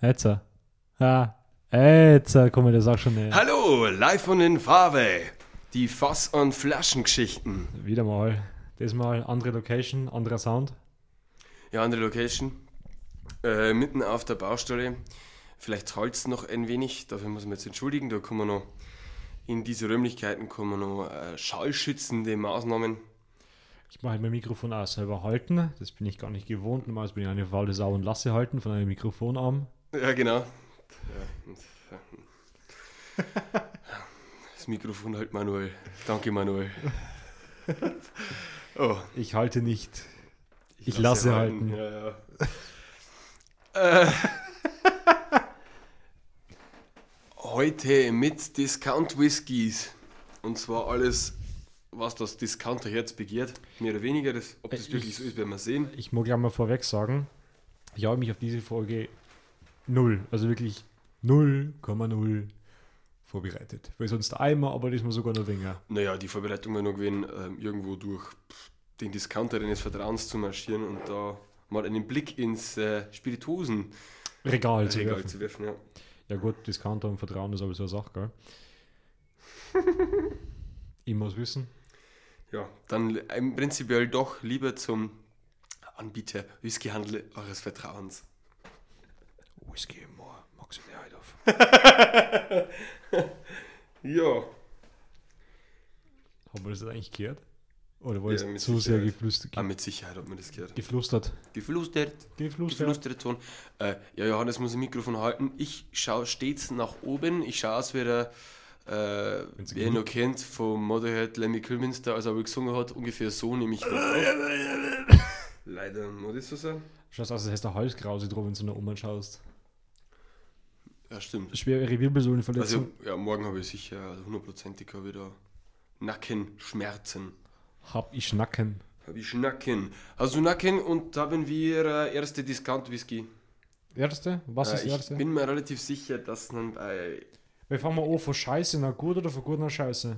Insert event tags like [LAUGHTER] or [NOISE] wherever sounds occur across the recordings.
Jetzt. Ja, jetzt kommen wir das auch schon näher. Hallo, live und in Farbe. Die Fass- und Flaschengeschichten. Wieder mal. Diesmal andere Location, anderer Sound. Ja, andere Location. Äh, mitten auf der Baustelle. Vielleicht holz noch ein wenig, dafür muss man jetzt entschuldigen. Da kommen noch in diese Räumlichkeiten kommen noch äh, schallschützende Maßnahmen. Ich mache halt mein Mikrofon auch selber halten. Das bin ich gar nicht gewohnt. Normalerweise bin ich eine faule Sau und lasse halten von einem Mikrofonarm. Ja, genau. Ja, und, ja. Das Mikrofon halt Manuel. Danke, Manuel. Oh, Ich halte nicht. Ich lasse halten. Ja, ja. Äh. [LAUGHS] Heute mit Discount Whiskies. Und zwar alles, was das Discounterherz begehrt. Mehr oder weniger. Das, ob das Äh, wirklich ich- so ist, werden wir sehen. Ich muss gleich mal vorweg sagen, ich habe mich auf diese Folge null, also wirklich 0,0 vorbereitet. Weil sonst einmal, aber diesmal sogar noch weniger. Naja, die Vorbereitung war noch gewesen, ähm, irgendwo durch pff, den Discounter deines Vertrauens zu marschieren und da mal einen Blick ins äh, Spirituosenregal Regal zu werfen. zu werfen. Ja. Ja gut, Discounter und Vertrauen ist aber so eine Sache, [LAUGHS] gell? ich muss wissen. ja, dann ähm, prinzipiell doch lieber zum Anbieter Whiskyhandel eures Vertrauens. Whisky more, Maximilianhof. Ja. Haben wir das jetzt eigentlich gehört? Oder war Ja, es mit zu sehr Sicherheit. geflüstert? Ah, mit Sicherheit hat man das gehört. geflüstert. Geflüstert. Geflüstert. Geflüsterte Ton. Äh, ja, Johannes muss ein Mikrofon halten. Ich schaue stets nach oben. Ich schaue aus wie der, äh, Wenn's wer ihn noch kennt, vom Motorhead Lemmy Kilminster, als er aber gesungen hat, ungefähr so nehme ich. noch auf. Leider muss das so sein. Schaust aus, als hättest du Halskrause drauf, wenn du nach oben schaust. Ja, stimmt. Schwere Wirbelsäulenverletzung. Also, ja, morgen habe ich sicher, also hundertprozentig habe ich da Nackenschmerzen. hab ich Nacken. Habe ich Nacken. Also Nacken und da haben wir äh, erste Discount-Whisky. Erste? Was ist Äh, die ich erste? bin mir relativ sicher, dass man bei Wir fangen mal an von Scheiße nach gut oder von gut nach Scheiße?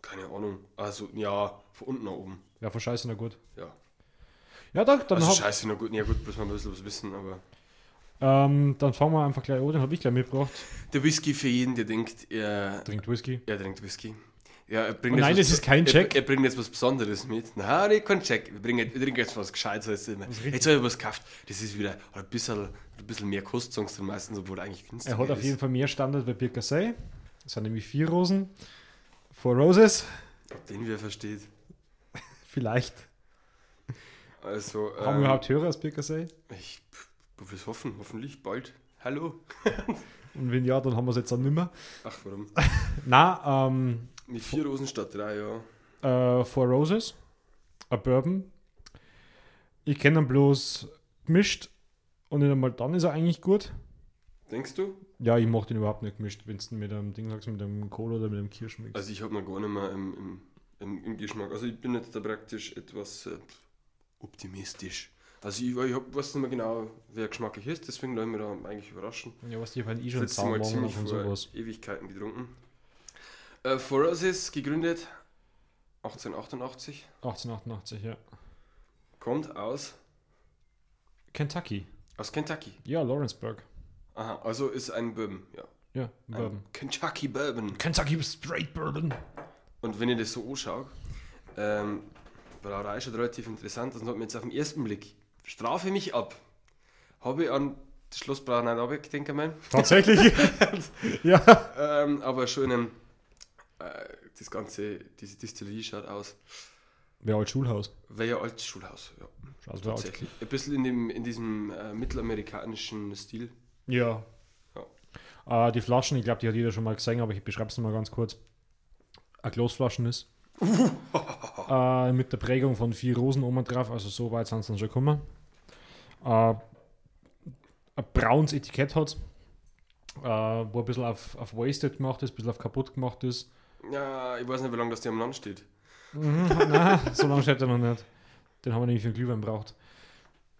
Keine Ahnung. Also, ja, von unten nach oben. Ja, von Scheiße nach gut. Ja. Ja, dann, dann, Also, hab- scheiße, na gut, ja gut, muss man ein bisschen was wissen, aber. ähm, dann fangen wir einfach gleich an. Den habe ich gleich mitgebracht. Der Whisky für jeden, der denkt, er, Trinkt Whisky. er trinkt Whisky. Ja, er bringt Oh nein, jetzt das ist kein er, Check. Er bringt jetzt was Besonderes mit. Nein, nicht kein Check. Wir, bringen, wir trinken jetzt was Gescheites als immer. richtig- Jetzt habe ich was gekauft. Das ist wieder ein bisschen, ein bisschen mehr Kostsongs drin meistens, obwohl eigentlich günstiger Er hat auf ist. jeden Fall mehr Standard bei Birka Say. Das sind nämlich vier Rosen. Four Roses. Ob Den wer versteht. Vielleicht. Also, Haben wir ähm, überhaupt Hörer aus Birka Say? ich will es hoffen, hoffentlich bald. Hallo. Und wenn ja, dann haben wir es jetzt auch nimmer. Ach, warum? Na, ähm, Mit vier Rosen statt drei, ja. äh, Four Roses. Ein Bourbon. Ich kenne ihn bloß gemischt. Und nicht einmal dann ist er eigentlich gut. Denkst du? Ja, ich mag den überhaupt nicht gemischt, wenn du mit einem Ding sagst, mit einem Cola oder mit einem Kirschmix. Also ich habe noch gar nicht mehr im, im, im, im Geschmack. Also ich bin jetzt da praktisch etwas äh, optimistisch. Also ich, ich hab, weiß nicht mehr genau, wer geschmacklich ist, deswegen lasse ich mich da eigentlich überraschen. ja, was die halt eh Ich schon letztes Mal Zahnmangel ziemlich und vor sowas. Ewigkeiten getrunken. Äh, For Us ist gegründet 1888, 1888, ja. kommt aus, Kentucky. aus Kentucky. Ja, Lawrenceburg. Aha, also ist ein Bourbon, ja. Ja, Ein Bourbon. Kentucky Bourbon. Kentucky Straight Bourbon. Und wenn ich das so anschaue, ähm, Brauerei ist schon relativ interessant. Das hat mir jetzt auf den ersten Blick. Strafe mich ab. Habe ich an das Schloss Brauerei Rabeck, denke ich mal. Tatsächlich. [LAUGHS] ja. Ähm, aber schon einen, äh, das ganze, diese Distillerie schaut aus. Wäre alt halt Schulhaus. halt Wäre ja altes Schulhaus. Ja, Schaut mal alt. tatsächlich. Ein bisschen in, dem, in diesem äh, mittelamerikanischen Stil. Ja. Äh, die Flaschen, ich glaube, die hat jeder schon mal gesehen, aber ich beschreibe es mal ganz kurz. Eine Glasflaschen [LAUGHS] ist. äh, mit der Prägung von vier Rosen oben drauf, also so weit sind sie dann schon gekommen. Äh, ein braunes Etikett hat, äh, wo ein bisschen auf, auf wasted gemacht ist, ein bisschen auf kaputt gemacht ist. Ja, ich weiß nicht, wie lange das die am Land steht. Mhm. Na, so lange steht er noch nicht. Den haben wir nämlich für den Glühwein braucht.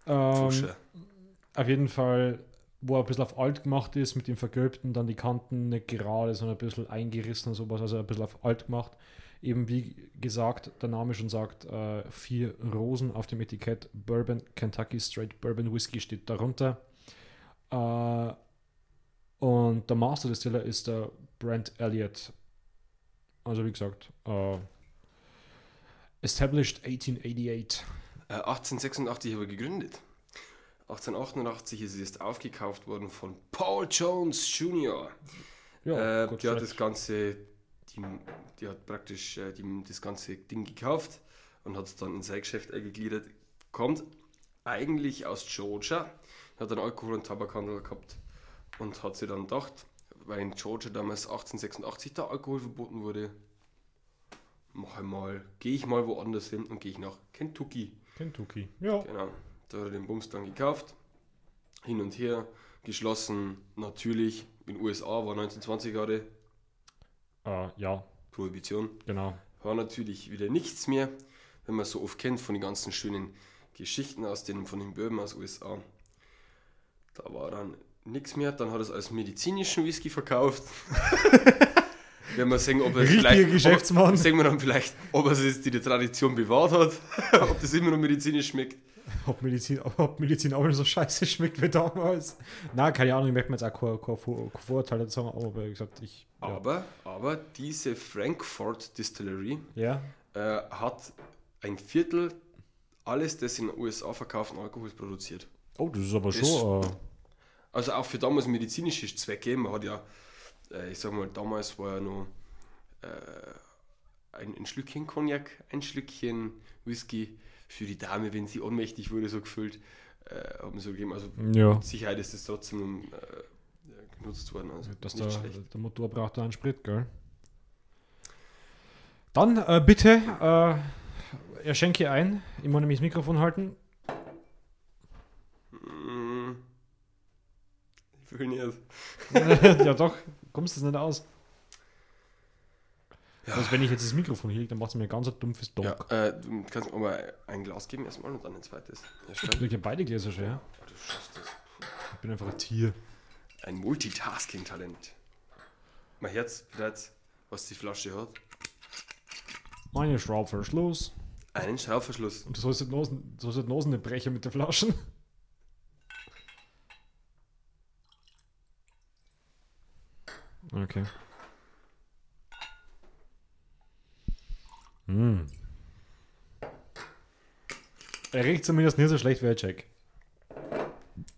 Ähm, Pfusche. auf jeden Fall, wo er ein bisschen auf alt gemacht ist, mit dem Vergölbten, dann die Kanten nicht gerade, sondern ein bisschen eingerissen und sowas, also ein bisschen auf alt gemacht. Eben wie gesagt, der Name schon sagt, äh, vier Rosen auf dem Etikett, Bourbon, Kentucky Straight Bourbon Whiskey steht darunter. Äh, und der Master Distiller ist der Brent Elliott. Also wie gesagt, äh, established 1888. Äh, 1886 habe ich gegründet. 1888 ist es erst aufgekauft worden von Paul Jones Jr. Ja, äh, gut die hat Stretch. das ganze, die, die hat praktisch äh, die, das ganze Ding gekauft und hat es dann in sein Geschäft eingegliedert. Kommt eigentlich aus Georgia, hat einen Alkohol- und Tabakhandel gehabt und hat sich dann gedacht, weil in Georgia damals 1886 der Alkohol verboten wurde, mach ich mal, gehe ich mal woanders hin und gehe ich nach Kentucky. Kentucky. Ja. Genau, da hat er den Bums dann gekauft, hin und her, geschlossen, natürlich, in den USA war 1920 gerade Äh, ja, Prohibition, genau. war natürlich wieder nichts mehr, wenn man so oft kennt von den ganzen schönen Geschichten aus den, von den Böhmen aus USA. Da war dann nichts mehr, dann hat er es als medizinischen [LAUGHS] Whisky verkauft. Wenn wir sehen, ob er Richtiger vielleicht, Geschäftsmann. Ob, sehen wir dann vielleicht, ob er es die Tradition bewahrt hat, [LAUGHS] ob das immer noch medizinisch schmeckt. [LAUGHS] Ob Medizin, ob Medizin auch immer so scheiße schmeckt wie damals. Na, keine Ahnung, ich möchte mir jetzt auch keine, keine, Vor- keine Vorurteile sagen, aber wie gesagt, ich. Ja. Aber, aber diese Frankfurt Distillery ja. äh, hat ein Viertel alles, das in den USA verkauften Alkohols produziert. Oh, das ist aber Ist- schon. Äh, Also auch für damals medizinische Zwecke. Man hat ja, äh, ich sag mal, damals war ja noch äh, ein, ein Schlückchen Cognac, ein Schlückchen Whisky für die Dame, wenn sie ohnmächtig wurde, so gefüllt, äh, haben sie so gegeben. Also ja. mit Sicherheit ist das trotzdem äh, genutzt worden. Also Dass nicht der, schlecht. der Motor braucht da einen Sprit, gell? Dann äh, bitte, äh, er schenke ein. Ich muss nämlich das Mikrofon [LAUGHS] halten. [LAUGHS] Mm. Ich will nicht. ja doch, kommst du das nicht aus? Also wenn ich jetzt das Mikrofon hielt, dann macht es mir ein ganz dumpfes Dog. Ja, äh, du kannst mir mal ein Glas geben erstmal und dann ein zweites. Ja, Ich [LAUGHS] stimmt. kriege beide Gläser schon, ja. Oh, du schaffst das. Ich bin einfach ein Tier. Ein Multitasking-Talent. Mein Herz bereits, was die Flasche hat. Meine Schraubverschluss. Einen Schraubverschluss. Und du sollst nicht Nosen, du sollst nicht Nosen nicht brechen mit den Flaschen. Okay. Mm. Er riecht zumindest nicht so schlecht wie ein Jack.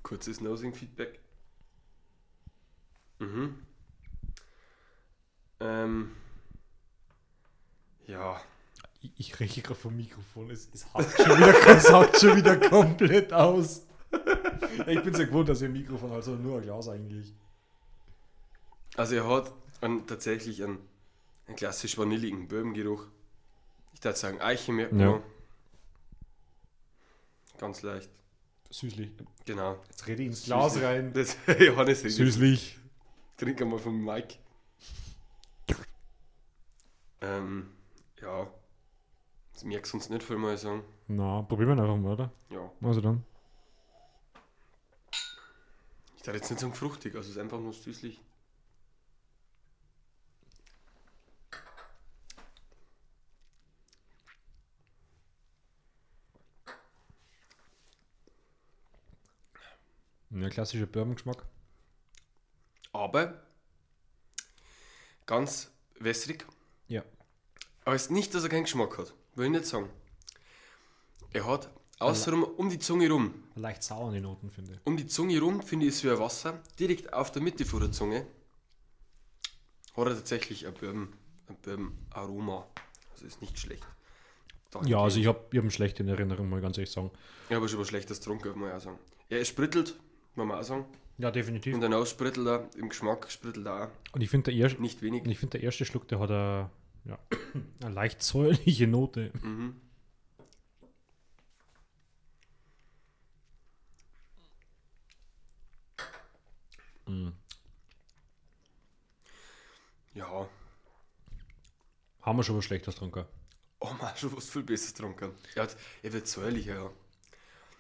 Kurzes Nosing-Feedback. Mhm. Ähm. Ja. Ich, ich rieche gerade vom Mikrofon. Es, es, [LAUGHS] hackt schon wieder, es hackt schon wieder komplett aus. [LAUGHS] Ich bin so gewohnt, dass ihr Mikrofon, also nur ein Glas eigentlich. Also er hat einen, tatsächlich einen, einen klassisch vanilligen Böhmgeruch. Ich würde sagen, Eiche merkt man. Ja. noch. Ganz leicht. Süßlich. Genau. Jetzt rede ich ins Glas Süßlich. rein. Das [LAUGHS] Johannes redet. Süßlich. Trink einmal vom Mike. Ähm, ja. Das merkst du uns nicht viel, mal sagen. Na, probieren wir einfach mal, oder? Ja. Also dann. Ich darf jetzt nicht sagen fruchtig, also es ist einfach nur süßlich. Ja, klassischer Bourbon-Geschmack. Aber ganz wässrig. Ja. Aber es ist nicht, dass er keinen Geschmack hat. Will ich nicht sagen. Er hat außenrum um die Zunge rum. Leicht sauer an den Noten, finde ich. Um die Zunge rum finde ich es wie ein Wasser. Direkt auf der Mitte von der Zunge hat er tatsächlich ein Bourbon, ein Bourbon Aroma. Also ist nicht schlecht. Dahingehend- Ja, also ich habe ich hab ihn schlecht in Erinnerung, mal ganz ehrlich sagen. Ich habe schon was Schlechtes getrunken, kann man ja auch sagen. Ja, er sprittelt, kann man auch sagen. Ja, Und definitiv. danach sprittelt er, im Geschmack sprittelt er Und ich finde, der, erste- auch nicht wenig. und ich find, der erste Schluck, der hat eine, ja, [COUGHS] eine leicht säuerliche Note. Mhm. Ja, Haben wir schon was Schlechtes dran gehabt. oh man, schon was viel Besseres getrunken. Er, hat, er wird säuerlicher, ja.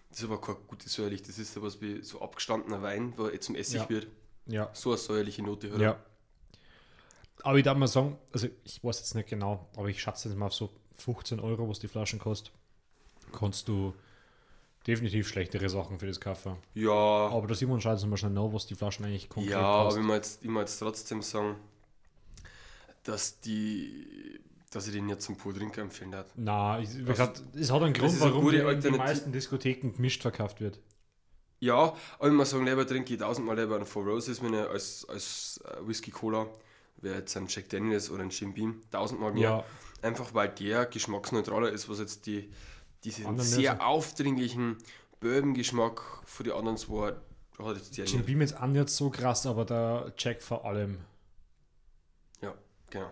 Das ist aber kein gutes säuerlich, das ist sowas wie so abgestandener Wein, wo er zum Essig Ja. wird. Ja. So eine säuerliche Note, oder? Ja. Aber ich darf mal sagen, also ich weiß jetzt nicht genau, aber ich schätze jetzt mal auf so 15 Euro, was die Flaschen kostet. Kannst du definitiv schlechtere Sachen für das Kaffee. Ja, Aber der Simon schaut mal schnell nach, was die Flaschen eigentlich konkret ja, aber kosten. ich muss jetzt, ich muss jetzt trotzdem sagen, dass die, dass ich den jetzt zum Purtrinker empfehlen darf. Na, ich, wie gesagt, es hat einen Grund, Also, ist eine warum gute die in den Alternative. meisten Diskotheken gemischt verkauft wird. Ja, aber ich muss sagen, lieber trinke ich tausendmal lieber einen Four Roses wenn ich als, als äh, Whisky Cola, wäre jetzt ein Jack Daniels oder ein Jim Beam, tausendmal mehr. Ja. Einfach weil der geschmacksneutraler ist, was jetzt die, diesen Anderen sehr nicht. aufdringlichen Bourbon-Geschmack für die anderen zwei hat hat jetzt der Jim nicht. Beam jetzt auch nicht so krass, aber der Jack vor allem. Ja, genau.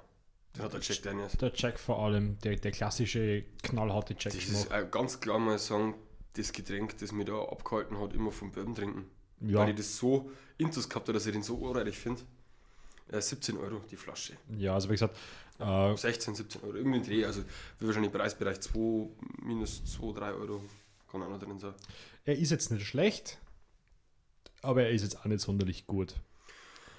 Der hat der Jack Daniels. Der Jack vor allem, der, der klassische knallharte Das ist Jack-Geschmack. äh, ganz klar mal sagen, das Getränk, das mich da abgehalten hat, immer vom Bourbon trinken. Ja, Weil ich das so intus gehabt habe, dass ich den so urreilig finde. Äh, 17 Euro die Flasche. ja, also wie gesagt, äh, 16, 17 Euro, irgendein Dreh. Also wird wahrscheinlich Preisbereich 2, minus 2, 3 Euro. Kann auch noch drin sein. er ist jetzt nicht schlecht, aber er ist jetzt auch nicht sonderlich gut.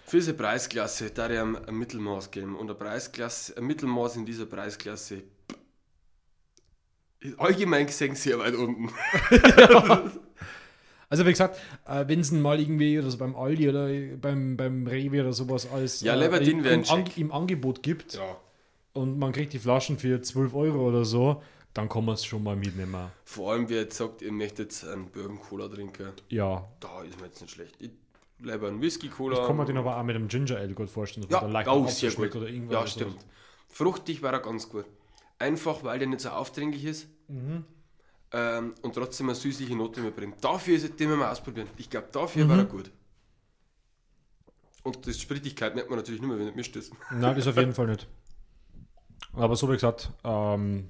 Für diese Preisklasse da ich ihm ein Mittelmaß geben. Und ein, Preisklasse, ein Mittelmaß in dieser Preisklasse ist allgemein gesehen sehr weit unten. Also wie gesagt, äh, wenn sie mal irgendwie oder so beim Aldi oder äh, beim, beim Rewe oder sowas als Ja, äh, lieber den im, wär ein im, An im Angebot gibt Ja. und man kriegt die Flaschen für 12 Euro oder so, dann kann man es schon mal mitnehmen. Vor allem, wer jetzt sagt, ihr möchtet jetzt einen Bourbon Cola trinken, Ja. da ist mir jetzt nicht schlecht. Ich lieber einen Whisky Cola. Ich kann mir den aber auch mit einem Ginger Ale gut vorstellen. ja, oder leicht leicht auch sehr abgeschmeckt gut. Oder irgendwas ja, oder sowas. stimmt. Fruchtig war er ganz gut. Einfach, weil der nicht so aufdringlich ist. Mhm. Ähm, und trotzdem eine süßliche Note mitbringt. Dafür ist er, den wir mal ausprobieren. Ich glaube, dafür Mhm. war er gut. Und das Sprittigkeit merkt man natürlich nicht mehr, wenn du mischt ist. Nein, das auf jeden Fall nicht. Aber so wie gesagt, ähm,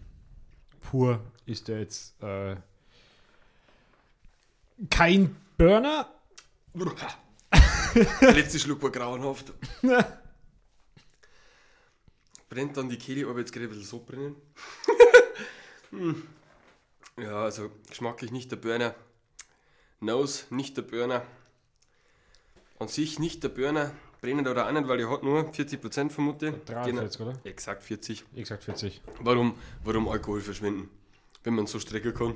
pur ist der jetzt äh, kein Burner. Der letzte Schluck war grauenhaft. Brennt dann die Kehle, aber jetzt gerade ein bisschen so brennen. Hm. [LAUGHS] ja, also geschmacklich nicht der Burner. Nose nicht der Burner. An sich nicht der Burner. Brennend oder auch nicht, weil die hat nur 40% vermute. Genau. 43, oder? Exakt 40. Ich sag 40. Warum, warum Alkohol verschwinden? Wenn man so strecken kann.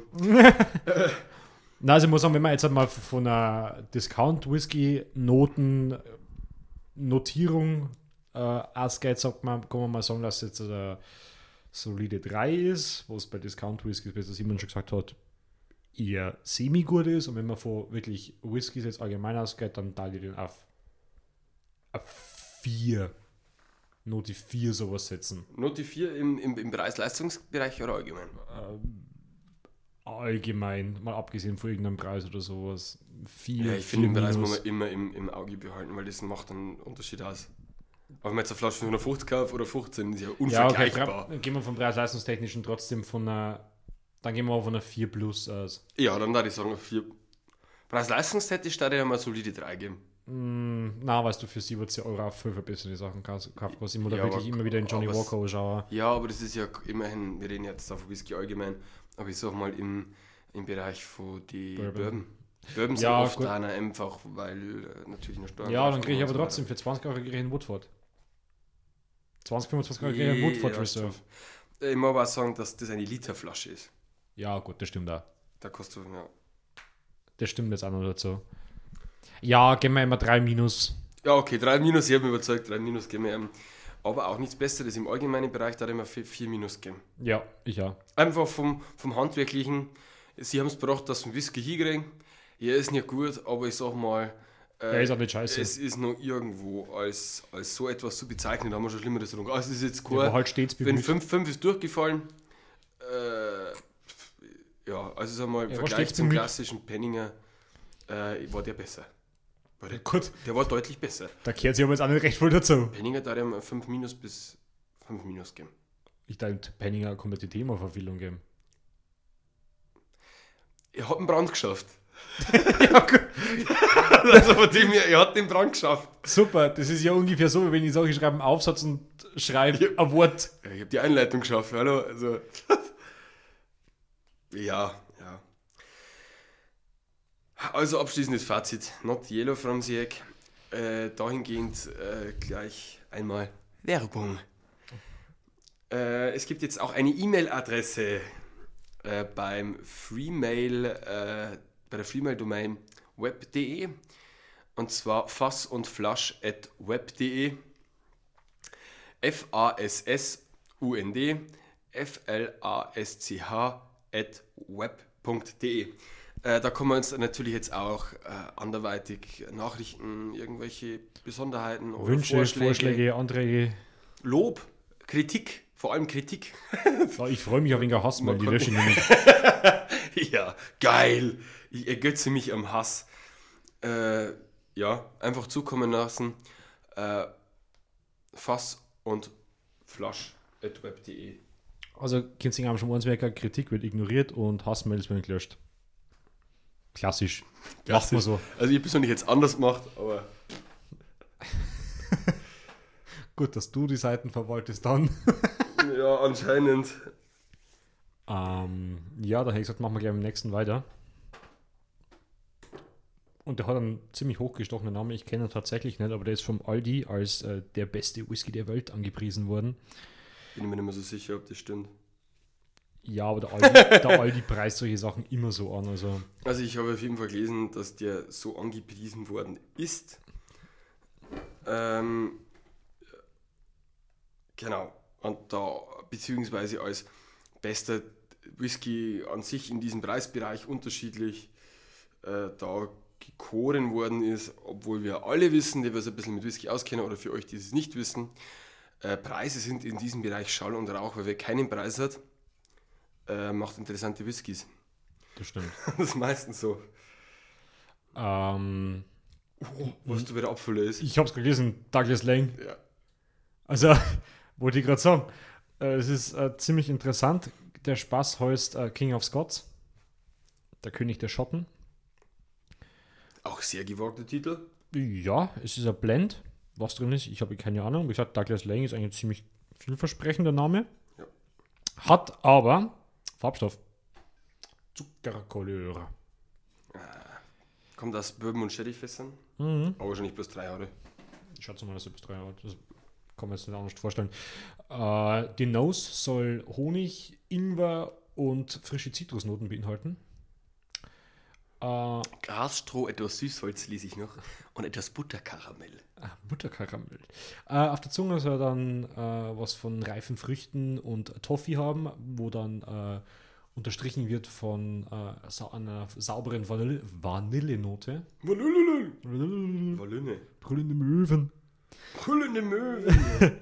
Na, also ich muss sagen, wenn man jetzt mal von einer Discount-Whisky-Noten-Notierung äh, ausgeht, sagt man, kann man mal sagen, dass jetzt eine solide 3 ist, was bei Discount-Whiskys, wie es der Simon schon gesagt hat, eher semi-gut ist. Und wenn man von wirklich Whiskys jetzt allgemein ausgeht, dann teile ich den auf 4. Note 4 sowas setzen. Note 4 im, im, im Preis-Leistungsbereich oder allgemein? Allgemein, mal abgesehen von irgendeinem Preis oder sowas. 4. Ja, ich finde den Preis muss man immer im, im Auge behalten, weil das macht einen Unterschied aus. Ob man jetzt eine Flasche 550 kauft oder 15, ist ja Ja, okay, unvergleichbar. Ja, dann gehen wir vom Preis-Leistungstechnischen trotzdem von einer, dann gehen wir auch von einer 4 plus aus. dann würde ich sagen, 4. Preis-Leistungstechnisch hätte ich mal solide 3 geben. Mm, Na, weißt du, für 17 Euro auf 5 ein bisschen die Sachen kaufst, kaufst kannst immer da Ja, wirklich aber- immer wieder in Johnny aber- Walker schauen. Ja, aber das ist ja immerhin, wir reden jetzt da von Whisky allgemein, aber ich sag mal im, im Bereich von die Bourbon. Bourbon. Bourbon, sind Ja, oft gut. auch nicht einfach, weil äh, natürlich noch Steuern Ja, dann kriege ich draufkommen aber und so trotzdem für 20 Euro kriege ich einen Woodford. 20, 25 Euro kriege ich einen Ja, Woodford stimmt. Reserve. weiter. Äh, Ich muss aber auch sagen, dass das eine Literflasche ist. Ja, gut, das stimmt auch. Da kostet, ja. Das stimmt jetzt auch noch dazu. Ja, gehen wir immer 3 minus. Ja, okay, 3 Minus, ich habe mich überzeugt, 3 Minus geben wir ihm. Aber auch nichts Besseres im allgemeinen Bereich, da hat er immer 4 Minus geben. Ja, ich auch. Einfach vom, vom Handwerklichen, sie haben es gebracht, dass sie einen Whisky hinkriegen. Er ist nicht gut, aber ich sag mal, äh, Er ist auch nicht scheiße. es ist noch irgendwo als, als so etwas zu bezeichnen, da haben wir schon Schlimmeres drum. Also, es ist jetzt Der cool. war halt stets Wenn bemüht. 5-5 ist durchgefallen, äh, ja, also sag mal, im Ja, was Vergleich steht's zum mit? klassischen Penninger äh, war der besser. War der, Gut, der war deutlich besser. da kehrt sich aber jetzt auch nicht recht wohl dazu. Penninger hat einem 5 minus bis 5 minus geben. Ich dachte, Penninger komplett die Themaverfehlung geben. Er hat einen Brand geschafft. [LAUGHS] ja, gut. also von dem her, er hat den Brand geschafft. Super, das ist ja ungefähr so, wie wenn ich sage, ich schreibe einen Aufsatz und schreibe ein Wort. Ja, ich habe die Einleitung geschafft, hallo. Also. ja, ja. Also abschließendes Fazit. Not yellow from the egg. Äh, dahingehend äh, gleich einmal Werbung. Äh, es gibt jetzt auch eine E-Mail-Adresse. äh, beim Freemail, äh, bei der Freemail-Domain web.de und zwar fass und flasch at web.de F-A-S-S-U-N-D F-L-A-S-C-H at web.de äh, da kann man uns natürlich jetzt auch äh, anderweitig Nachrichten, irgendwelche Besonderheiten oder Wünsche, Vorschläge, Anträge. Lob, Kritik, vor allem Kritik. [LAUGHS] Ja, ich freue mich auf weniger Hass, weil die lösche ich nämlich. ja, geil. Ich ergötze mich am Hass. Äh, ja, einfach zukommen lassen. Äh, Fass und Flasch at web.de. Also, Kinzing haben schon uns merken, Kritik wird ignoriert und Hassmails werden gelöscht. Klassisch. Macht man so. Also ich persönlich jetzt anders gemacht, aber Gut, dass du die Seiten verwaltest dann. ja, anscheinend. Ähm, ja, da hätte ich gesagt, machen wir gleich im nächsten weiter. Und der hat einen ziemlich hochgestochenen Namen, ich kenne ihn tatsächlich nicht, aber der ist vom Aldi als äh, der beste Whisky der Welt angepriesen worden. Bin mir nicht mehr so sicher, ob das stimmt. Ja, aber der Aldi, der Aldi preist solche Sachen immer so an. Also Also ich habe auf jeden Fall gelesen, dass der so angepriesen worden ist. Ähm, genau. Und da beziehungsweise als bester Whisky an sich in diesem Preisbereich unterschiedlich äh, da gekoren worden ist, obwohl wir alle wissen, die wir so ein bisschen mit Whisky auskennen oder für euch, die es nicht wissen, äh, Preise sind in diesem Bereich Schall und Rauch, weil wer keinen Preis hat, äh, macht interessante Whiskys. [LAUGHS] das stimmt. Das ist meistens so. Ähm, Was du bei der Abfüller ist. Mhm. ich habe es gelesen, Douglas Lang. Ja. Also, [LAUGHS] wollte ich gerade sagen, äh, es ist äh, ziemlich interessant. Der Spaß heißt äh, King of Scots, der König der Schotten. Auch sehr gewagter Titel. Ja, es ist ein Blend. Was drin ist, ich habe keine Ahnung. Wie gesagt, Douglas Lang ist eigentlich ein ziemlich vielversprechender Name. Ja. Hat aber Farbstoff. Zuckercouleur. Kommt aus Böben und Sherryfässern. Mhm. Aber wahrscheinlich bloß drei Jahre. Ich schätze mal, dass er bis drei Jahre alt ist. Kann man jetzt nicht anders vorstellen. Äh, die Nose soll Honig, Ingwer und frische Zitrusnoten beinhalten. Äh, Gasstroh, etwas Süßholz lese ich noch. Und etwas Butterkaramell. Ah, Butterkaramell. Äh, auf der Zunge soll dann äh, was von reifen Früchten und Toffee haben, wo dann äh, unterstrichen wird von äh, sa einer sauberen Vanille Vanillenote. Wallülülül. Wallüne. Brüllende Möwen. Brüllende Möwen.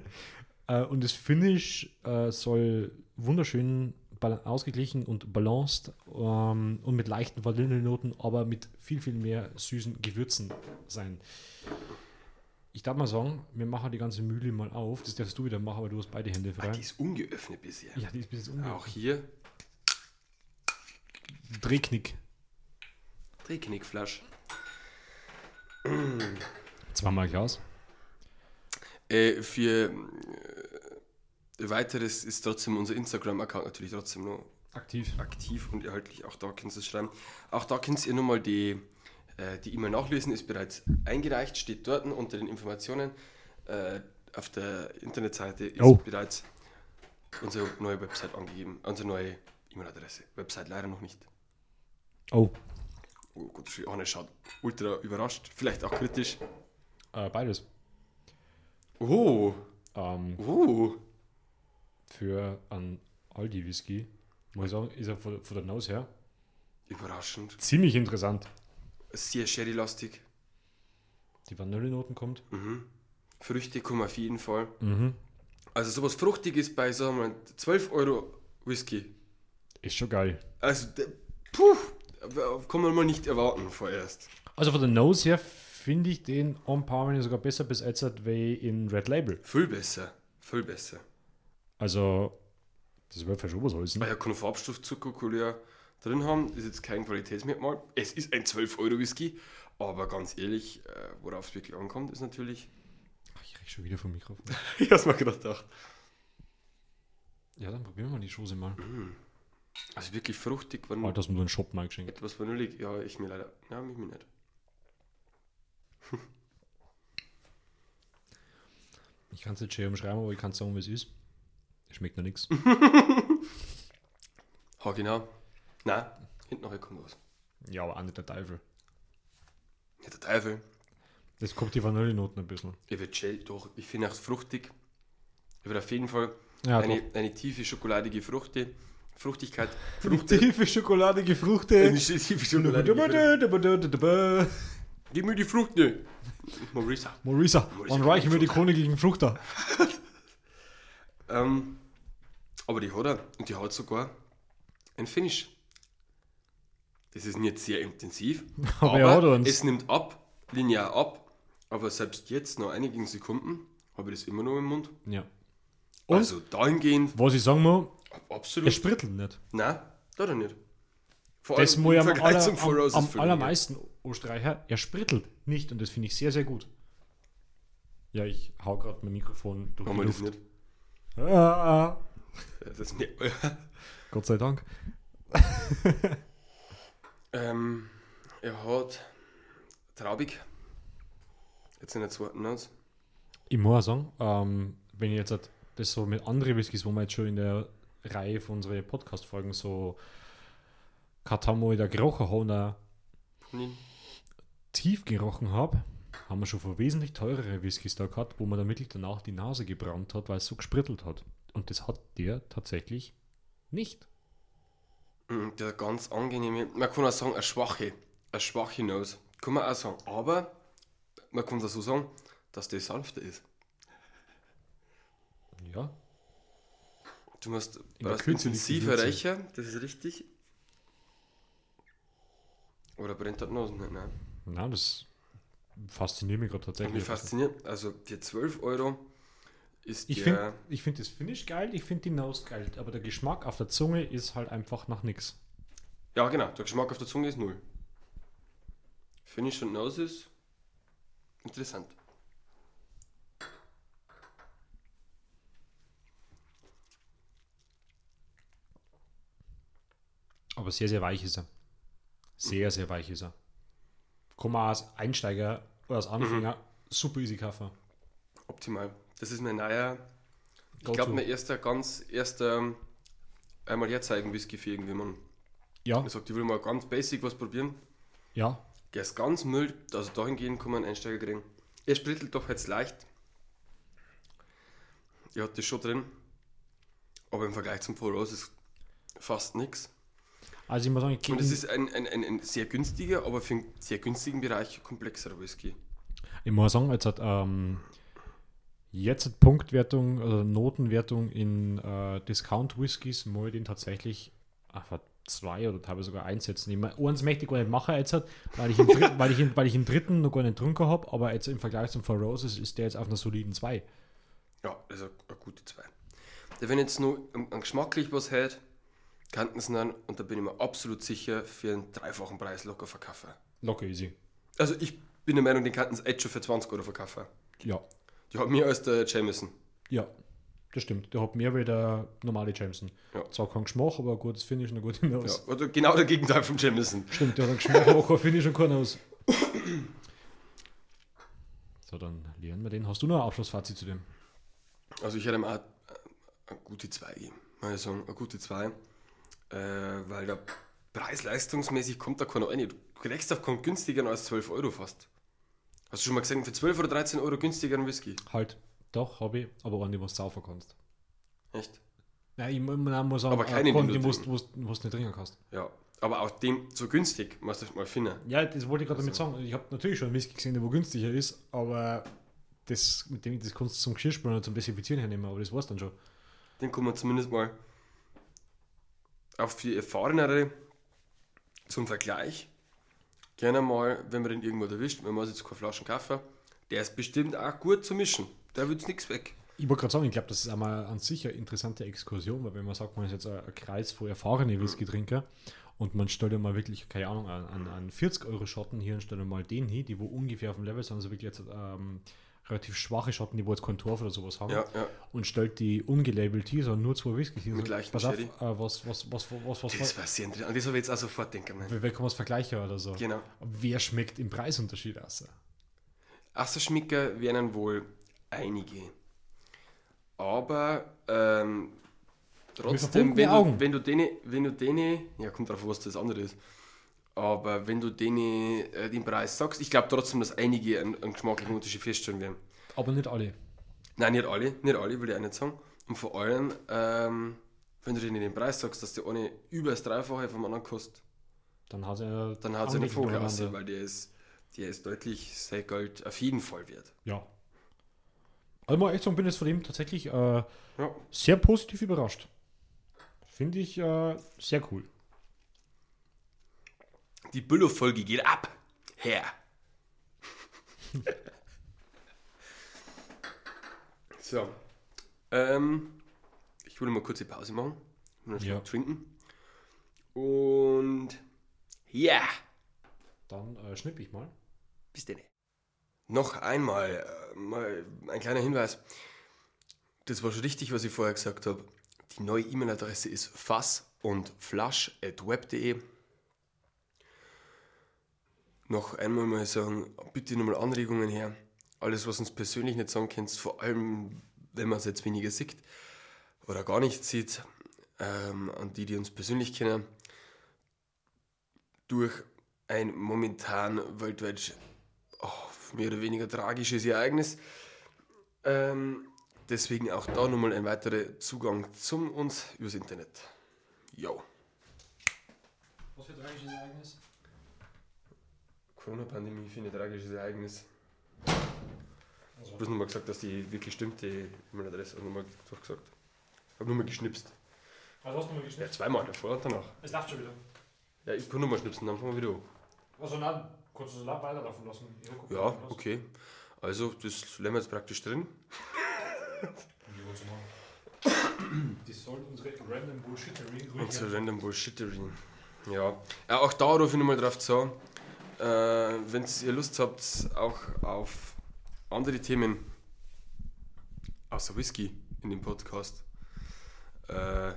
Äh, und das Finish äh, soll wunderschön bal- ausgeglichen und balanced ähm, und mit leichten Vanillenoten, aber mit viel, viel mehr süßen Gewürzen sein. Ich darf mal sagen, wir machen die ganze Mühle mal auf. Das darfst du wieder machen, weil du hast beide Hände frei. Ah, Die ist ungeöffnet bisher. Ja, die ist bis jetzt unge- Auch hier Drehknick. Drehknickflasch. Zweimal Glas. Äh, für äh, weiteres ist trotzdem unser Instagram-Account natürlich trotzdem noch Aktiv. aktiv und erhältlich. Auch da könnt ihr es schreiben. Auch da könnt ihr nochmal die äh, die E-Mail nachlesen, ist bereits eingereicht, steht dort unter den Informationen. Äh, auf der Internetseite ist Oh. bereits unsere neue Website angegeben, unsere neue E-Mail-Adresse. Website leider noch nicht. Oh. Oh Gott, Johannes schaut ultra überrascht, vielleicht auch kritisch. Äh, beides. Oh, Ähm, oh. für einen Aldi-Whisky, muss ich sagen, ist er von, von der Nase her Überraschend. ziemlich interessant. Sehr sherry-lastig. Die Vanillenoten kommt. Mhm. Früchte kommen auf jeden Fall. Mhm. Also sowas Fruchtiges bei, sagen wir mal, 12 Euro Whisky. Ist schon geil. Also, der- puh, kann man mal nicht erwarten vorerst. Also von der Nose her finde ich den on par, wenn ich sogar besser bis jetzt wie in Red Label. Viel besser, viel besser. Also, das wäre schon was alles. Weil Ne? ja keinen Farbstoff Zuckercouleur drin haben, ist jetzt kein Qualitätsmerkmal. Es ist ein 12-Euro-Whisky, aber ganz ehrlich, äh, worauf es wirklich ankommt, ist natürlich... Ach, Ich rieche schon wieder vom Mikrofon. [LAUGHS] ich hab's mir gerade gedacht. ja, dann probieren wir die Chose mal. Also wirklich fruchtig, wenn Alter, dass mir so ein Shop Mhm. mal geschenkt. etwas vanillig... Ja, ich mir leider... Ja, mich mir nicht. Ich kann es nicht schön umschreiben, aber ich kann sagen, wie es ist. Schmeckt noch nichts. Ha, genau. Nein, hinten nachher kommt was. [LAUGHS] Ja, aber auch nicht der Teufel. Nicht der Teufel. Das kommt die Vanillenoten ein bisschen. Ich will Gel, doch, ich finde auch fruchtig. Ich will auf jeden Fall Ja, eine, eine tiefe schokoladige Fruchte, [LAUGHS] Fruchtigkeit. Tiefe Schokolade, gefruchte. Eine tiefe schokoladige Frucht. Marisa, Gib mir die Fruchte. Marisa. man reichen wir die königlichen Fruchter. Ähm, aber die hat er. Und die hat sogar ein Finish. Das ist nicht sehr intensiv. [LAUGHS] Aber er hat uns. es nimmt ab, linear ab. Aber selbst jetzt, nach einigen Sekunden, habe ich das immer noch im Mund. Ja. Und? Also dahingehend, Was ich sagen muss, absolut. es sprittelt nicht. Nein, da doch nicht. Vor Das muss ich am, Vergleich aller, zum Four am, Roses am Film, allermeisten Österreicher, er sprittelt nicht und das finde ich sehr, sehr gut. Ja, ich hau gerade mein Mikrofon durch ja. Haben die wir das Luft. nicht? Ah, ah. Das ist nicht. [LAUGHS] Gott sei Dank. ähm, er hat Traubig. Jetzt in der zweiten aus. Ich muss auch sagen, ähm, wenn ich jetzt halt das so mit anderen Whiskys, wo wir jetzt schon in der Reihe von unseren Podcast-Folgen so Katamo in der Gerochen haben, da Nee. tief gerochen habe, haben wir schon vor wesentlich teurere Whiskys da gehabt, wo man dann wirklich danach die Nase gebrannt hat, weil es so gesprittelt hat. Und das hat der tatsächlich nicht. Mm, Der ganz angenehme, man kann auch sagen, eine schwache, eine schwache Nose. Kann man auch sagen. Aber man kann dazu sagen, dass die sanfter ist. Ja. Du musst der brauchst Kürze liegt die intensiver Würze. Rächer, das ist richtig. Oder brennt das Nase nicht? Nein. Na, das fasziniert mich gerade Und mich tatsächlich. fasziniert, also für 12 Euro ist Ich der. finde ich find das Finish geil, ich finde die Nose geil, aber der Geschmack auf der Zunge ist halt einfach nach nix. Ja, genau, der Geschmack auf der Zunge ist null. Finish und Nose ist interessant. Aber sehr, sehr weich ist er. Sehr, sehr weich ist er. Kann man als Einsteiger oder als Anfänger Mhm. super easy kaufen. Optimal. Das ist mein neuer, ich Go-to. glaube, mein erster, ganz erster einmal herzeigen Whisky für irgendjemanden. Ja, Ich sag, ich will mal ganz basic was probieren. ja, Der ist ganz mild, also dahingehend kann man einen Einsteiger kriegen. Er sprittelt doch jetzt leicht. Er hat das schon drin. Aber im Vergleich zum Voraus ist fast nichts. Also ich muss sagen, ich Und es gebe ist ein, ein, ein, ein sehr günstiger, aber für einen sehr günstigen Bereich komplexerer Whisky. ich muss sagen, jetzt hat ähm, jetzt hat Punktwertung oder Notenwertung in äh, Discount Whiskys mal den tatsächlich einfach zwei oder teilweise sogar einsetzen. Ich meine, eins möchte ich gar nicht machen jetzt, hat, weil ich, im [LAUGHS] dritten, weil, ich im, weil ich im dritten noch gar nicht getrunken habe, aber jetzt im Vergleich zum Four Roses ist der jetzt auf einer soliden 2. Ja, das ist eine, eine gute 2. Der, wenn jetzt nur an an geschmacklich was hält, kannten sie dann und da bin ich mir absolut sicher, für einen dreifachen Preis locker verkaufen. Locker easy. Also ich bin der Meinung, den kannten sie jetzt schon für 20 Euro verkaufen. Ja, Die haben mehr als der Jameson. ja, das stimmt. Der hat mehr wie der normale Jameson. Ja. Zwar kein Geschmack, aber ein gutes Finish und eine gute Ja, Nose. oder genau der Gegenteil vom Jameson. Stimmt, der hat einen Geschmack, aber kein Finish und kein Nose. So, dann lernen wir den. Hast du noch ein Abschlussfazit zu dem? Also ich hätte ihm auch äh, eine gute 2 gegeben. Mal sagen, eine gute 2. Äh, weil da preis-leistungsmäßig kommt da keiner rein. Du kriegst auch keinen günstiger als 12 Euro fast. Hast du schon mal gesehen, für 12 oder 13 Euro günstigeren Whisky? Halt, doch, habe ich, aber einen, den du saufen kannst. Echt? Nein, ich mu- nein, muss sagen, Aber keinen, den den du du musst, musst, musst nicht trinken kannst. Ja. Aber auch den so günstig, musst du mal finden. Ja, das wollte ich gerade damit sagen. Ich habe natürlich schon einen Whisky gesehen, der wo günstiger ist, aber das, mit dem, das kannst du zum Geschirrspülen oder zum Desinfizieren hernehmen, aber das war's dann schon. Den kann man zumindest mal auch für Erfahrenere zum Vergleich gerne mal, wenn man den irgendwo erwischt, wenn man jetzt keine Flaschen kaufen, der ist bestimmt auch gut zu mischen. Da wird's nichts weg. Ich wollte gerade sagen, ich glaube, das ist einmal an sich eine interessante Exkursion, weil wenn man sagt, man ist jetzt ein ein Kreis voll Mhm. erfahrene Whisky-Trinker und man stellt ja mal wirklich, keine Ahnung, an, an, an 40-Euro-Schotten hier und stellt ja mal den hin, die wo ungefähr auf dem Level sind, also wirklich jetzt ähm, relativ schwache Schotten, die wo jetzt kein Torf oder sowas haben, Ja, ja. und stellt die ungelabelt hier, sondern nur zwei Whiskys hier. sagt, Mit leichten pass auf, Sherry. äh, was, was, was, was, was, was, Das war sehr interessant. An das habe ich jetzt auch sofort denken müssen. wer wer kann man es vergleichen oder so? Genau. Wer schmeckt im Preisunterschied aus? Asserschmicker werden wohl einige. Aber ähm, Trotzdem, verbundenen wenn Augen. du, wenn du denen, wenn du denen, ja, kommt drauf, an, was das andere ist. Aber wenn du denen äh, den Preis sagst, ich glaube trotzdem, dass einige einen, einen geschmacklichen Unterschied feststellen werden. Aber nicht alle. Nein, nicht alle, nicht alle, will ich auch nicht sagen. Und vor allem, ähm, wenn du denen den Preis sagst, dass der eine über das Dreifache vom anderen kostet, Dann hat er dann hat es eine Vogel aus, Ja. weil der ist, der ist deutlich sein Geld auf jeden Fall wert. ja. Also mal echt sagen, bin jetzt von dem tatsächlich äh, Ja, sehr positiv überrascht. Finde ich äh, sehr cool. Die Büllo-Folge geht ab. Her. [LAUGHS] so. Ähm, ich würde mal kurze Pause machen. Und Ja. ja. trinken. Und ja, Dann äh, schnipp ich mal. bis denn. Noch einmal äh, mal ein kleiner Hinweis. Das war schon richtig, was ich vorher gesagt habe. Die neue E-Mail-Adresse ist fass und flash at web.de. Noch einmal mal sagen, bitte nochmal Anregungen her. Alles, was uns persönlich nicht sagen könnt, vor allem, wenn man es jetzt weniger sieht oder gar nicht sieht, ähm, an die, die uns persönlich kennen, durch ein momentan weltweit oh, mehr oder weniger tragisches Ereignis. Ähm, deswegen auch da nochmal ein weiterer Zugang zum uns übers Internet. Jo. Was für tragisches Ereignis? Corona-Pandemie finde ich ein tragisches Ereignis. Ich Also, habe bloß nochmal gesagt, dass die wirklich stimmt, die E-Mail-Adresse habe nochmal durchgesagt. Ich habe nochmal geschnipst. Also hast du mal Ja, geschnippt? zweimal, davor und danach. Es lacht schon wieder. Ja, ich kann nochmal schnipsen, dann fangen wir wieder an. Also na, kannst du so weiterlaufen lassen. Ich guck, Ja, okay. Also, das lassen wir jetzt praktisch drin. Um [COUGHS] Das soll unsere random Bullshittery Unsere random Bullshitterin. Ja. ja, auch da rufe ich nochmal drauf zu. Äh, Wenn ihr Lust habt, auch auf andere Themen außer Whisky in dem Podcast. Äh, Ich kann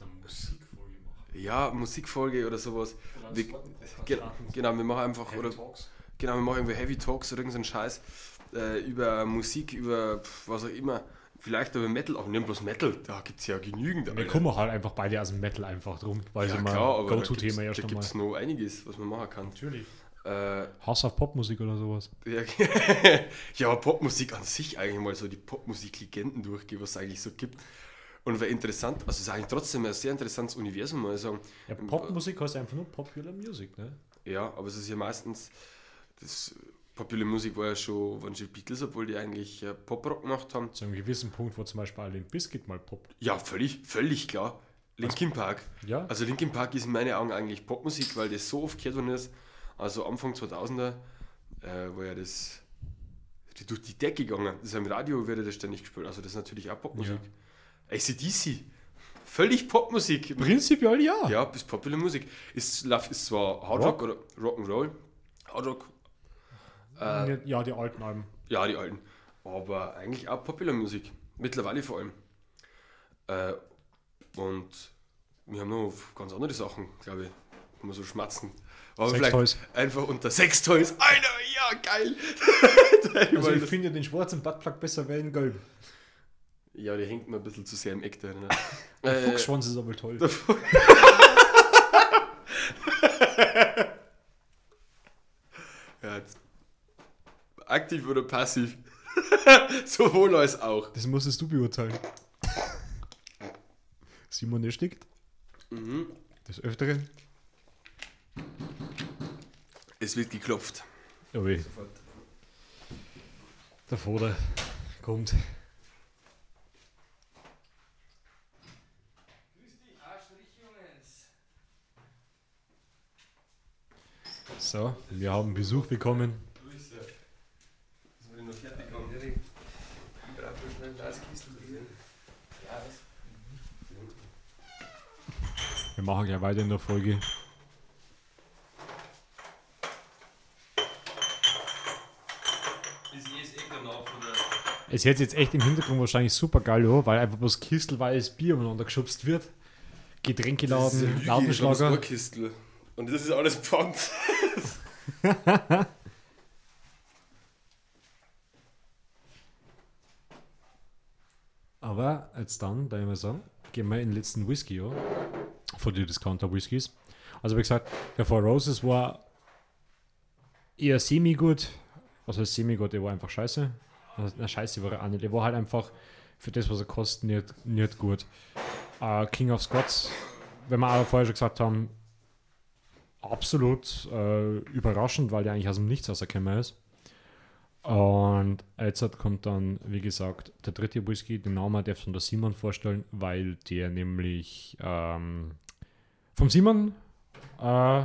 da Musik vorgemacht. ja, Musikfolge oder sowas. Wir, ge genau, wir machen einfach oder, genau, wir machen irgendwie Heavy Talks oder irgendeinen Scheiß äh, über Musik, über pf, was auch immer. Vielleicht über Metal, auch nicht bloß Metal, da gibt es ja genügend. Wir Alter. kommen halt einfach beide aus dem Metal einfach drum, weil sie mal da gibt's- Go-To-Thema erst da einmal. gibt es noch einiges, was man machen kann. Natürlich. Äh, Hass auf Popmusik oder sowas. Ja, [LAUGHS] ja, aber Popmusik an sich eigentlich mal so die Popmusik-Legenden durchgehe, was es eigentlich so gibt. Und wäre interessant, also es ist eigentlich trotzdem ein sehr interessantes Universum, muss ich sagen. Ja, Popmusik heißt einfach nur Popular Music, ne? Ja, aber es ist ja meistens, das Popular Music war ja schon, waren schon die Beatles, obwohl die eigentlich äh, Poprock gemacht haben. Zu einem gewissen Punkt, wo zum Beispiel Limp Biscuit mal poppt. Ja, völlig, völlig klar. Linkin Park. Ja. Also Linkin Park ist in meinen Augen eigentlich Popmusik, weil das so oft gehört worden ist. Also Anfang 2000er äh, war ja das die durch die Decke gegangen. Das ist im Radio wird ja das ständig gespielt. Also das ist natürlich auch Popmusik. ACDC. Völlig Popmusik. Prinzipiell ja. Ja, bis Popular Musik. Ist, lauf- ist zwar Hard Rock. Rock, oder Rock'n'Roll. Hard Rock, Äh, Nicht- ja, die alten [LAUGHS] Alben. ja, die alten. Aber eigentlich auch Popular Musik. Mittlerweile vor allem. Äh, und wir haben noch ganz andere Sachen, glaube ich. Wenn wir so schmatzen. Aber Sex vielleicht Toys. einfach unter Sex Toys. Alter, ja, geil. [LAUGHS] Also Weil ich das- finde den schwarzen Buttplug besser wie den gelben. ja, der hängt mir ein bisschen zu sehr im Eck da. Ne? Fuchsschwanz ist aber toll. Ja, jetzt. Aktiv oder passiv? [LAUGHS] Sowohl als auch. Das musstest du [LAUGHS] beurteilen. Simon erstickt. Mhm. Des Öfteren. Es wird geklopft. Oh weh. Der Vorder kommt. So, wir haben Besuch bekommen. Wir machen gleich weiter in der Folge. Es hört sich jetzt echt im Hintergrund wahrscheinlich super geil an, weil einfach bloß kistelweiles Bier umeinander geschubst wird. Getränke laden, Lautenschlager. Ohrkistel. Und das ist alles Pfand. Aber jetzt dann, da ich mal sagen, gehen wir in den letzten Whisky, ja? Von den Discounter-Whiskys. Also, wie gesagt, der Four Roses war eher semi-gut. Was heißt semi-gut? Der war einfach scheiße. Also, na, scheiße war er auch nicht. Der war halt einfach für das, was er kostet, nicht, nicht gut. Äh, King of Scots, wenn wir auch vorher schon gesagt haben, absolut äh, überraschend, weil der eigentlich aus dem Nichts rausgekommen ist. Und jetzt kommt dann, wie gesagt, der dritte Whisky, den Namen darf von der Simon vorstellen, weil der nämlich ähm, vom Simon äh,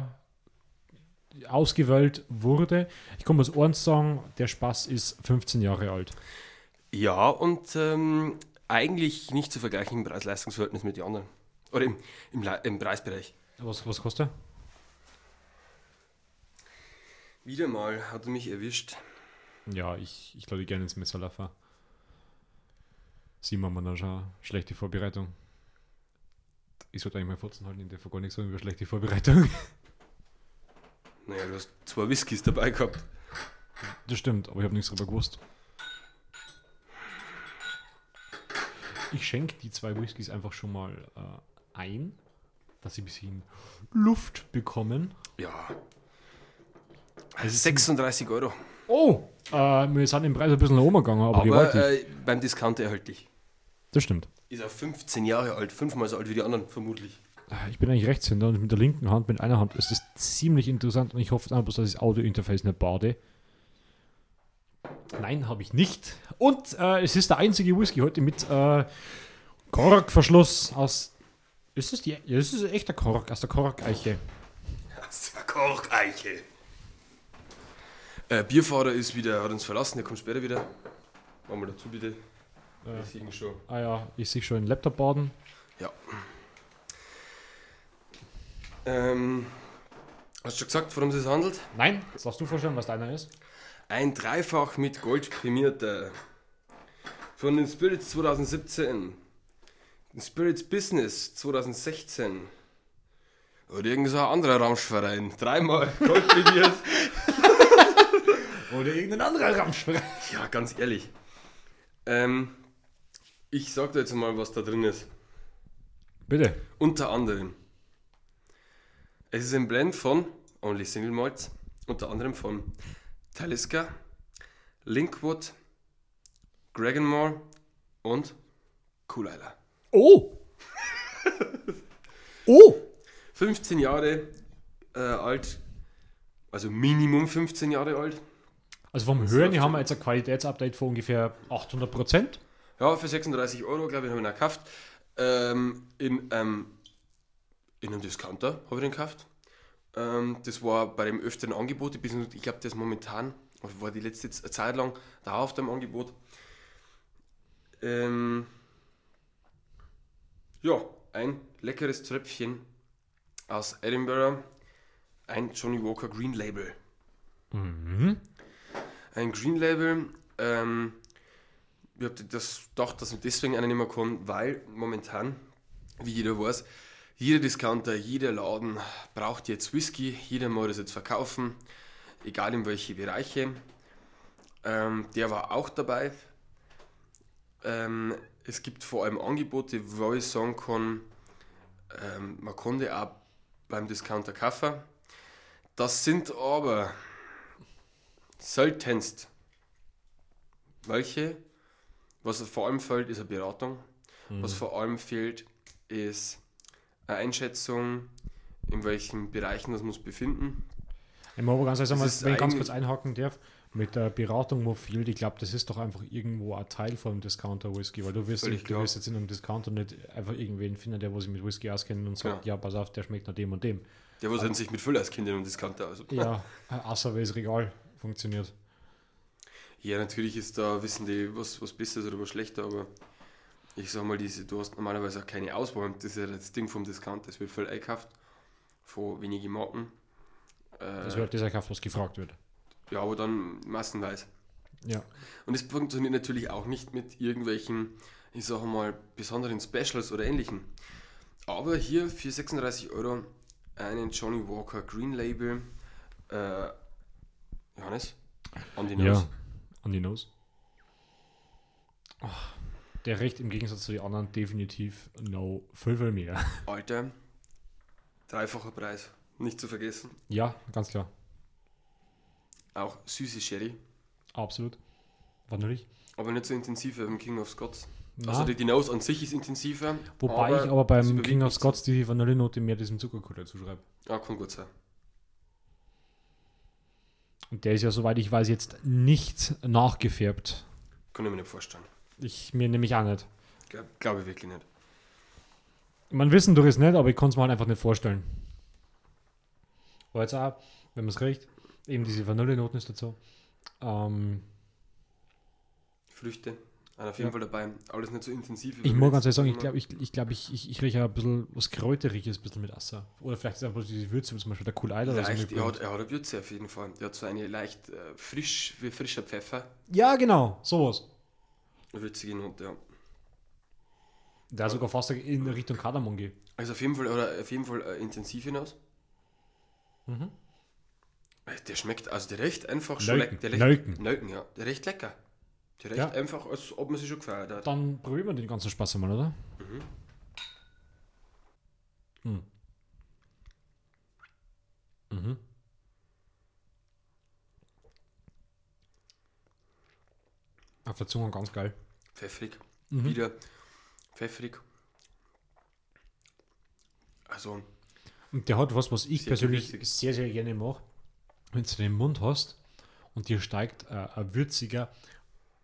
ausgewählt wurde. Ich komme aus Ohren sagen, der Spaß ist 15 Jahre alt. Ja, und ähm, eigentlich nicht zu vergleichen im Preis-Leistungsverhältnis mit den anderen. Oder im, im, Le- im Preisbereich. Was, was kostet er? Wieder mal hat er mich erwischt. Ja, ich, ich glaube, ich gerne ins Messerlaffer. Simon Manager, schlechte Vorbereitung. Ich sollte eigentlich mal Furzen halten, in der gar nichts sagen über schlechte Vorbereitung. Naja, du hast zwei Whiskys dabei gehabt. Das stimmt, aber ich habe nichts darüber gewusst. Ich schenke die zwei Whiskys einfach schon mal äh, ein, dass sie ein bisschen Luft bekommen. Ja. 36 Also Euro. Oh, äh, wir sind im Preis ein bisschen nach oben gegangen, aber, Aber gewaltig. äh, beim Discounter erhältlich. das stimmt. Ist er 15 Jahre alt, fünfmal so alt wie die anderen, vermutlich. Äh, Ich bin eigentlich Rechtshänder und mit der linken Hand, mit einer Hand ist das ziemlich interessant und ich hoffe einfach, dass ich das Audio-Interface nicht bade. Nein, habe ich nicht. Und äh, es ist der einzige Whisky heute mit äh, Korkverschluss aus. Ist es die? Ja, es ist ein echter Kork, aus der Korkeiche. Das ist eine Korkeiche. Äh, Bierfahrer ist wieder, hat uns verlassen, der kommt später wieder. Mach mal dazu bitte. Wir sehen schon. Ah ja, ich sehe schon einen Laptop baden. Ja. Ähm, hast du schon gesagt, worum es sich handelt? Nein, das darfst du vorstellen, was deiner ist. Ein dreifach mit Gold prämierter. Von den Spirits 2017. Den Spirits Business 2016. Oder irgend so ein anderer Ramschverein. Dreimal Gold prämiert. Oder irgendein anderer Ramschverein. ja, ganz ehrlich. Ähm, ich sag dir jetzt mal, was da drin ist. Bitte. Unter anderem. Es ist ein Blend von Only Single Malts, unter anderem von Talisker, Linkwood, Dragonmore und Cool Isla. [LAUGHS] Oh! oh! 15 Jahre äh, alt, also Minimum 15 Jahre alt. Also vom Hören, hier haben wir jetzt ein Qualitätsupdate von ungefähr 800 Prozent. Ja, für 36 Euro, glaube ich, habe ich ihn gekauft. Ähm, in, ähm, in einem Discounter habe ich den gekauft. Ähm, das war bei dem öfteren Angebot. Ich bin- Ich glaube, das momentan, oder war die letzte Z- Zeit lang da auf dem Angebot. Ähm, ja, ein leckeres Tröpfchen aus Edinburgh. Ein Johnny Walker Green Label. Ein Green Label. Ähm, ich habe das gedacht, dass man deswegen einen immer kommt, weil momentan, wie jeder weiß, jeder Discounter, jeder Laden braucht jetzt Whisky, jeder muss das jetzt verkaufen, egal in welche Bereiche. Ähm, der war auch dabei. Ähm, es gibt vor allem Angebote, wo ich sagen kann, ähm, man konnte auch beim Discounter kaufen. Das sind aber seltenst welche was vor allem fehlt, ist eine Beratung. Mhm. Was vor allem fehlt, ist eine Einschätzung, in welchen Bereichen das muss befinden. Ich muss aber ganz ehrlich sagen, Das ist wenn ich ganz eigentlich- kurz einhaken darf, mit der Beratung, wo fehlt, ich glaube, das ist doch einfach irgendwo ein Teil vom Discounter-Whisky, weil du wirst, Völlig nicht, du klar. wirst jetzt in einem Discounter nicht einfach irgendwen finden, der wo sich mit Whisky auskennt und sagt, Ja. ja, pass auf, der schmeckt nach dem und dem. Der was sich mit Füller als Kinder und Discounter also. Ja, außer weil das Regal funktioniert. Ja, natürlich ist da, wissen die, was, was besser ist oder was schlechter, aber ich sag mal, diese, du hast normalerweise auch keine Auswahl. Und Das ist ja das Ding vom Discounter. Es wird voll eingekauft von wenigen Marken. Das Äh, wird dieser Kauf, was gefragt wird. ja, aber dann massenweise. Ja. Und es funktioniert natürlich auch nicht mit irgendwelchen, ich sage mal, besonderen Specials oder ähnlichen. Aber hier für 36 Euro einen Johnny Walker Green Label. Äh, Johannes? An die Nase. An die Nose. Oh, der riecht im Gegensatz zu den anderen definitiv no Fünfer mehr. Alter, dreifacher Preis, nicht zu vergessen. [LAUGHS] Ja, ganz klar. Auch süße Sherry, Absolut. War natürlich. aber nicht so intensiv wie beim King of Scots. Na. Also die Gnose an sich ist intensiver. Ah. Wobei ich aber also beim King of Scots die Vanillenote mehr diesem Zuckerkutter zuschreibe. Ja, Ah, kann gut sein. Und der ist ja, soweit ich weiß, jetzt nicht nachgefärbt. Kann ich mir nicht vorstellen. Ich mir nämlich auch nicht. Glaube glaub ich wirklich nicht. Man wissen durch es nicht, aber ich konnte es mir halt einfach nicht vorstellen. Aber jetzt auch, wenn man es riecht, eben diese Vanillenoten ist dazu. Ähm, Früchte, an auf jeden Ja. Fall dabei. Alles nicht so intensiv. wie ich beim muss ganz ehrlich letzten sagen, ich Mal. glaube, ich, ich, glaub, ich, ich, ich rieche ja ein bisschen was Kräuteriges ein bisschen mit Asser. Oder vielleicht ist einfach diese Würze, zum Beispiel der Cool Eider oder so. Leicht, er hat, mitbringt. er hat eine Würze auf jeden Fall. Der hat so eine leicht äh, frisch, wie frischer Pfeffer. Ja, genau, sowas. Eine würzige Note, ja. Der sogar fast in Richtung Kardamom geht. Also auf jeden Fall, oder auf jeden Fall äh, intensiv hinaus. Mhm. Äh, Der schmeckt, also der recht einfach schon Nelken, leck- der recht- Nelken. Nelken, ja. Der recht lecker. Der recht Ja. einfach, als ob man sich schon gefeiert hat. Dann probieren wir den ganzen Spaß einmal, oder? Mhm. Mhm. Auf der Zunge ganz geil. Pfeffrig. Mhm. Wieder pfeffrig. Also, Und der hat was, was ich Sehr persönlich gewürzig. sehr, sehr gerne mache. Wenn du den im Mund hast und dir steigt äh, ein würziger,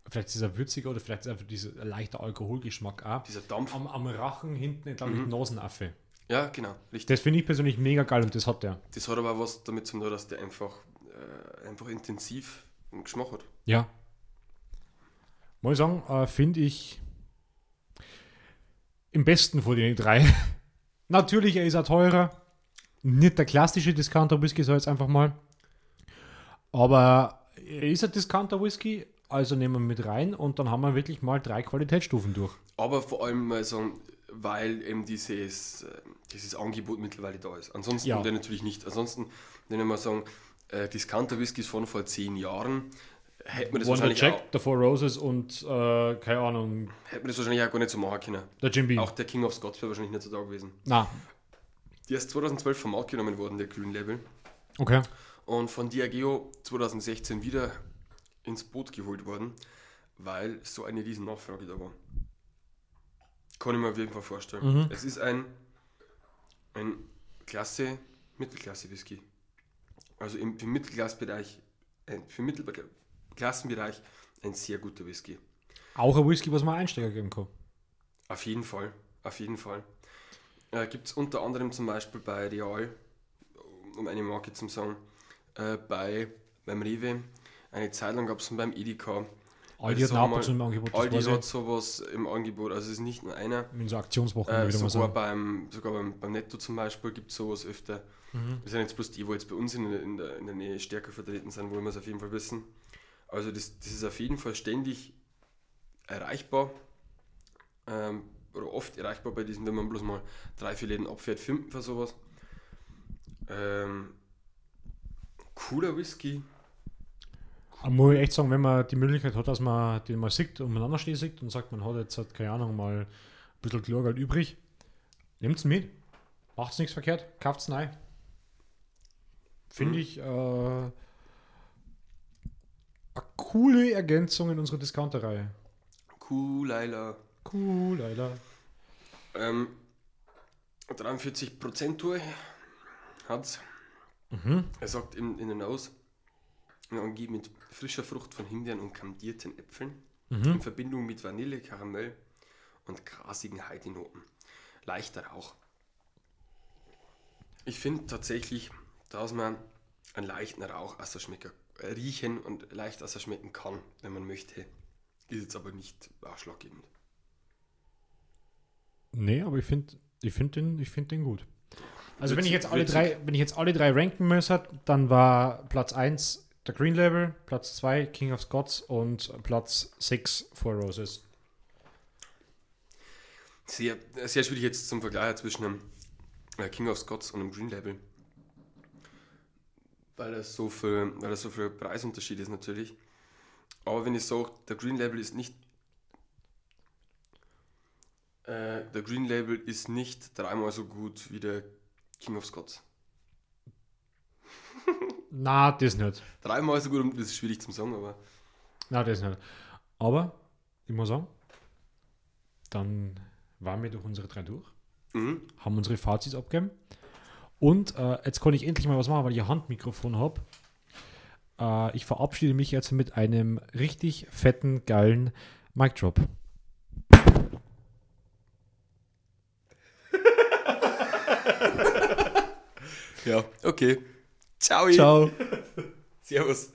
vielleicht ist er würziger oder vielleicht ist einfach dieser leichte Alkoholgeschmack auch, dieser Dampf. am, am Rachen hinten entlang Mhm. mit Nasenaffe. Ja, genau. Richtig. Das finde ich persönlich mega geil und das hat der. Das hat aber auch was damit zu tun, dass der einfach, äh, einfach intensiv einen Geschmack hat. Ja. Muss ich sagen, äh, finde ich im besten von den drei. [LAUGHS] Natürlich, er ist auch teurer. Nicht der klassische Discounter-Whisky, sag ich jetzt einfach mal. Aber er ist ein Discounter-Whisky, also nehmen wir mit rein und dann haben wir wirklich mal drei Qualitätsstufen durch. Aber vor allem mal sagen, weil eben dieses, äh, dieses Angebot mittlerweile da ist. Ansonsten Ja. der natürlich nicht. Ansonsten, wenn ich mal sagen, äh, Discounter Whiskys von vor zehn Jahren, hätte man das, Wonder wahrscheinlich auch, Jack, The Four Roses und, äh, keine Ahnung, hätte man das wahrscheinlich auch gar nicht so machen können. der Jim Beam. Auch der King of Scots wäre wahrscheinlich nicht so da gewesen. Na, Die ist 2012 vom Markt genommen worden, der Green Label. okay. Und von Diageo 2016 wieder ins Boot geholt worden, weil so eine riesen Nachfrage da war. Kann ich mir auf jeden Fall vorstellen. Mhm. Es ist ein, ein Klasse, Mittelklasse-Whisky. Also im, im Mittelklassbereich, ein, für Mittelklassenbereich ein sehr guter Whisky. Auch ein Whisky, was man Einsteiger geben kann. Auf jeden Fall, auf jeden Fall. Äh, Gibt es unter anderem zum Beispiel bei Real, um eine Marke zu sagen, äh, bei, beim Rewe, eine Zeit lang gab es beim Edeka. Aldi Das hat ist auch auch ab und zu im Also mal- Angebot. das Aldi weiß ich. hat sowas im Angebot, also es ist nicht nur einer. in so Aktionswochen Äh, wieder mal sagen. sogar beim, sogar beim, beim Netto zum Beispiel gibt es sowas öfter. Mhm. Das sind jetzt bloß die, wo jetzt bei uns in, der- in, der, in der Nähe stärker vertreten sind, wo wir es auf jeden Fall wissen. Also das, das ist auf jeden Fall ständig erreichbar. Ähm, oder oft erreichbar bei diesen, wenn man bloß mal drei, vier Läden abfährt, finden für sowas. Ähm, cooler Whisky. Aber muss ich echt sagen, wenn man die Möglichkeit hat, dass man den mal sieht und miteinander stehen sieht und sagt, man hat jetzt, halt, keine Ahnung, mal ein bisschen Chlorgeld übrig, nimmt es mit, macht es nichts verkehrt, kauft es rein. Finde ich äh, eine coole Ergänzung in unserer Discounter-Reihe. Cool, Leila. Cool, leider. Ähm, 43% Tour hat's. Er sagt in, in den Aus, ein Angie mit frischer Frucht von Himbeeren und kandierten Äpfeln in Verbindung mit Vanille, Karamell und grasigen Heidinoten. Leichter Rauch. Ich finde tatsächlich, dass man einen leichten Rauch aus der Schmecker äh, riechen und leicht aus der schmecken kann, wenn man möchte. Ist jetzt aber nicht ausschlaggebend. Nee, aber ich finde ich find den, ich find den gut. Also wenn ich Witzig- jetzt alle witzig. drei, wenn ich jetzt alle drei ranken müsste, dann war Platz 1 der Green Label, Platz 2 King of Scots und Platz 6 Four Roses. Sehr, sehr schwierig jetzt zum Vergleich zwischen einem äh, King of Scots und einem Green Label. Weil das so viel, weil das so viel Preisunterschied ist natürlich. Aber wenn ich sage, der Green Label ist nicht Äh, der Green Label ist nicht dreimal so gut wie der King of Scots. Na, das nicht. Dreimal so gut, das ist schwierig zum sagen, aber Na, das nicht. Aber ich muss sagen, dann waren wir durch unsere drei durch, mhm. haben unsere Fazits abgegeben. Und äh, jetzt kann ich endlich mal was machen, weil ich ein Handmikrofon habe. Äh, ich verabschiede mich jetzt mit einem richtig fetten, geilen Mic Drop. ja, okay. Ciao. Ciao. Servus.